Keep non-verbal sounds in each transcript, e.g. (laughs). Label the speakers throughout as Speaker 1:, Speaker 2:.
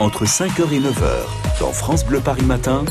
Speaker 1: entre 5h et 9h dans France Bleu Paris Matin.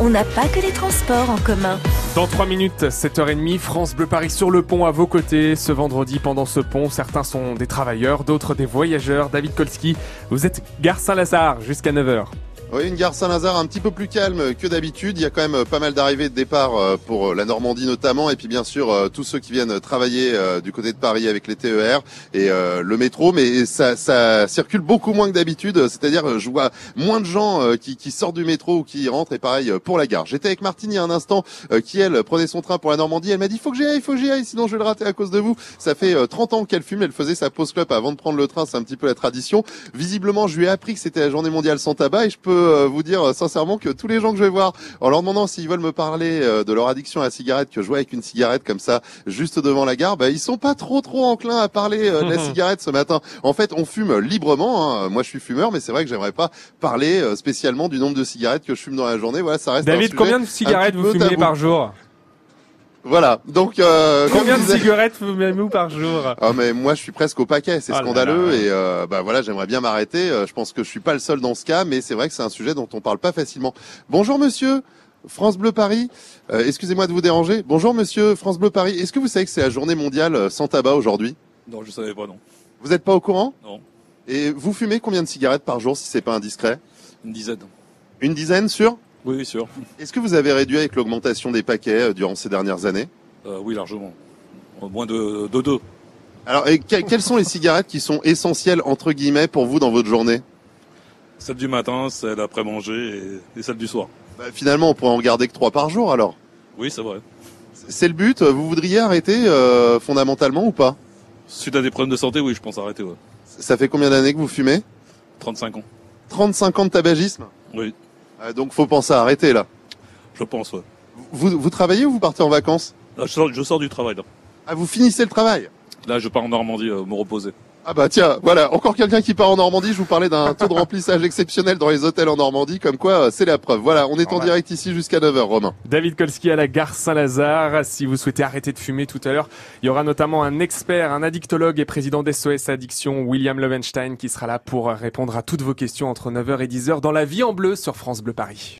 Speaker 2: On n'a pas que les transports en commun.
Speaker 3: Dans 3 minutes, 7h30, France Bleu Paris sur le pont à vos côtés. Ce vendredi, pendant ce pont, certains sont des travailleurs, d'autres des voyageurs. David Kolski, vous êtes gare Saint-Lazare jusqu'à 9h.
Speaker 4: Oui, une gare Saint-Lazare un petit peu plus calme que d'habitude. Il y a quand même euh, pas mal d'arrivées de départ euh, pour la Normandie notamment, et puis bien sûr euh, tous ceux qui viennent travailler euh, du côté de Paris avec les TER et euh, le métro. Mais ça, ça circule beaucoup moins que d'habitude. C'est-à-dire, je vois moins de gens euh, qui, qui sortent du métro ou qui y rentrent. Et pareil euh, pour la gare. J'étais avec Martine il y a un instant, euh, qui elle prenait son train pour la Normandie. Elle m'a dit "Faut que j'y aille, faut que j'y aille, sinon je vais le rater à cause de vous." Ça fait 30 ans qu'elle fume. Elle faisait sa pause club avant de prendre le train. C'est un petit peu la tradition. Visiblement, je lui ai appris que c'était la Journée mondiale sans tabac et je peux euh, vous dire sincèrement que tous les gens que je vais voir, en leur demandant s'ils veulent me parler euh, de leur addiction à la cigarette, que je vois avec une cigarette comme ça juste devant la gare, bah, ils sont pas trop trop enclins à parler euh, de la cigarette ce matin. En fait, on fume librement. Hein. Moi, je suis fumeur, mais c'est vrai que j'aimerais pas parler euh, spécialement du nombre de cigarettes que je fume dans la journée. Voilà, ça reste.
Speaker 3: David,
Speaker 4: un sujet
Speaker 3: combien de cigarettes vous fumez
Speaker 4: tabou.
Speaker 3: par jour
Speaker 4: Voilà. Donc euh, comme
Speaker 3: Combien
Speaker 4: je
Speaker 3: de
Speaker 4: disais-
Speaker 3: cigarettes fumez-vous par jour
Speaker 4: Ah mais moi je suis presque au paquet, c'est
Speaker 3: Oh là
Speaker 4: scandaleux
Speaker 3: là.
Speaker 4: et euh, bah voilà j'aimerais bien m'arrêter. Euh, Je pense que je suis pas le seul dans ce cas, mais c'est vrai que c'est un sujet dont on parle pas facilement. Bonjour monsieur. France Bleu Paris, Euh, excusez-moi de vous déranger. Bonjour monsieur France Bleu Paris, est-ce que vous savez que c'est la journée mondiale euh, sans tabac aujourd'hui
Speaker 5: Non, je savais pas, non.
Speaker 4: Vous n'êtes pas au courant
Speaker 5: Non.
Speaker 4: Et vous fumez combien de cigarettes par jour si c'est pas indiscret
Speaker 5: Une dizaine.
Speaker 4: Une dizaine sûr
Speaker 5: Oui, sûr.
Speaker 4: Est-ce que vous avez réduit avec l'augmentation des paquets euh, durant ces dernières années
Speaker 5: Euh, oui, largement. Au moins de, de deux.
Speaker 4: Alors et que- quelles sont les cigarettes qui sont essentielles entre guillemets pour vous dans votre journée
Speaker 5: Celle du matin, celle après manger et, et celle du soir.
Speaker 4: Bah, finalement, on pourrait en garder que trois par jour alors.
Speaker 5: Oui, c'est vrai.
Speaker 4: C'est le but. Vous voudriez arrêter euh, fondamentalement ou pas
Speaker 5: Si t'as des problèmes de santé, oui, je pense arrêter, ouais.
Speaker 4: Ça fait combien d'années que vous fumez
Speaker 5: 35 ans.
Speaker 4: 35 ans de tabagisme
Speaker 5: Oui,
Speaker 4: Euh, Donc faut penser à arrêter là.
Speaker 5: je pense, ouais.
Speaker 4: Vous, vous travaillez ou vous partez en vacances
Speaker 5: Là, Ah, je, sors, je sors du travail, là.
Speaker 4: Ah, vous finissez le travail
Speaker 5: Là, je pars en Normandie euh, me reposer.
Speaker 4: ah bah tiens, voilà, encore quelqu'un qui part en Normandie, je vous parlais d'un taux de remplissage (laughs) exceptionnel dans les hôtels en Normandie, comme quoi euh, c'est la preuve. Voilà, on est en
Speaker 3: Normal.
Speaker 4: direct ici jusqu'à 9h Romain.
Speaker 3: David Kolski à la gare Saint-Lazare. Si vous souhaitez arrêter de fumer tout à l'heure, il y aura notamment un expert, un addictologue et président d'SOS Addiction, William Levenstein, qui sera là pour répondre à toutes vos questions entre 9h et 10h dans la vie en bleu sur France Bleu Paris.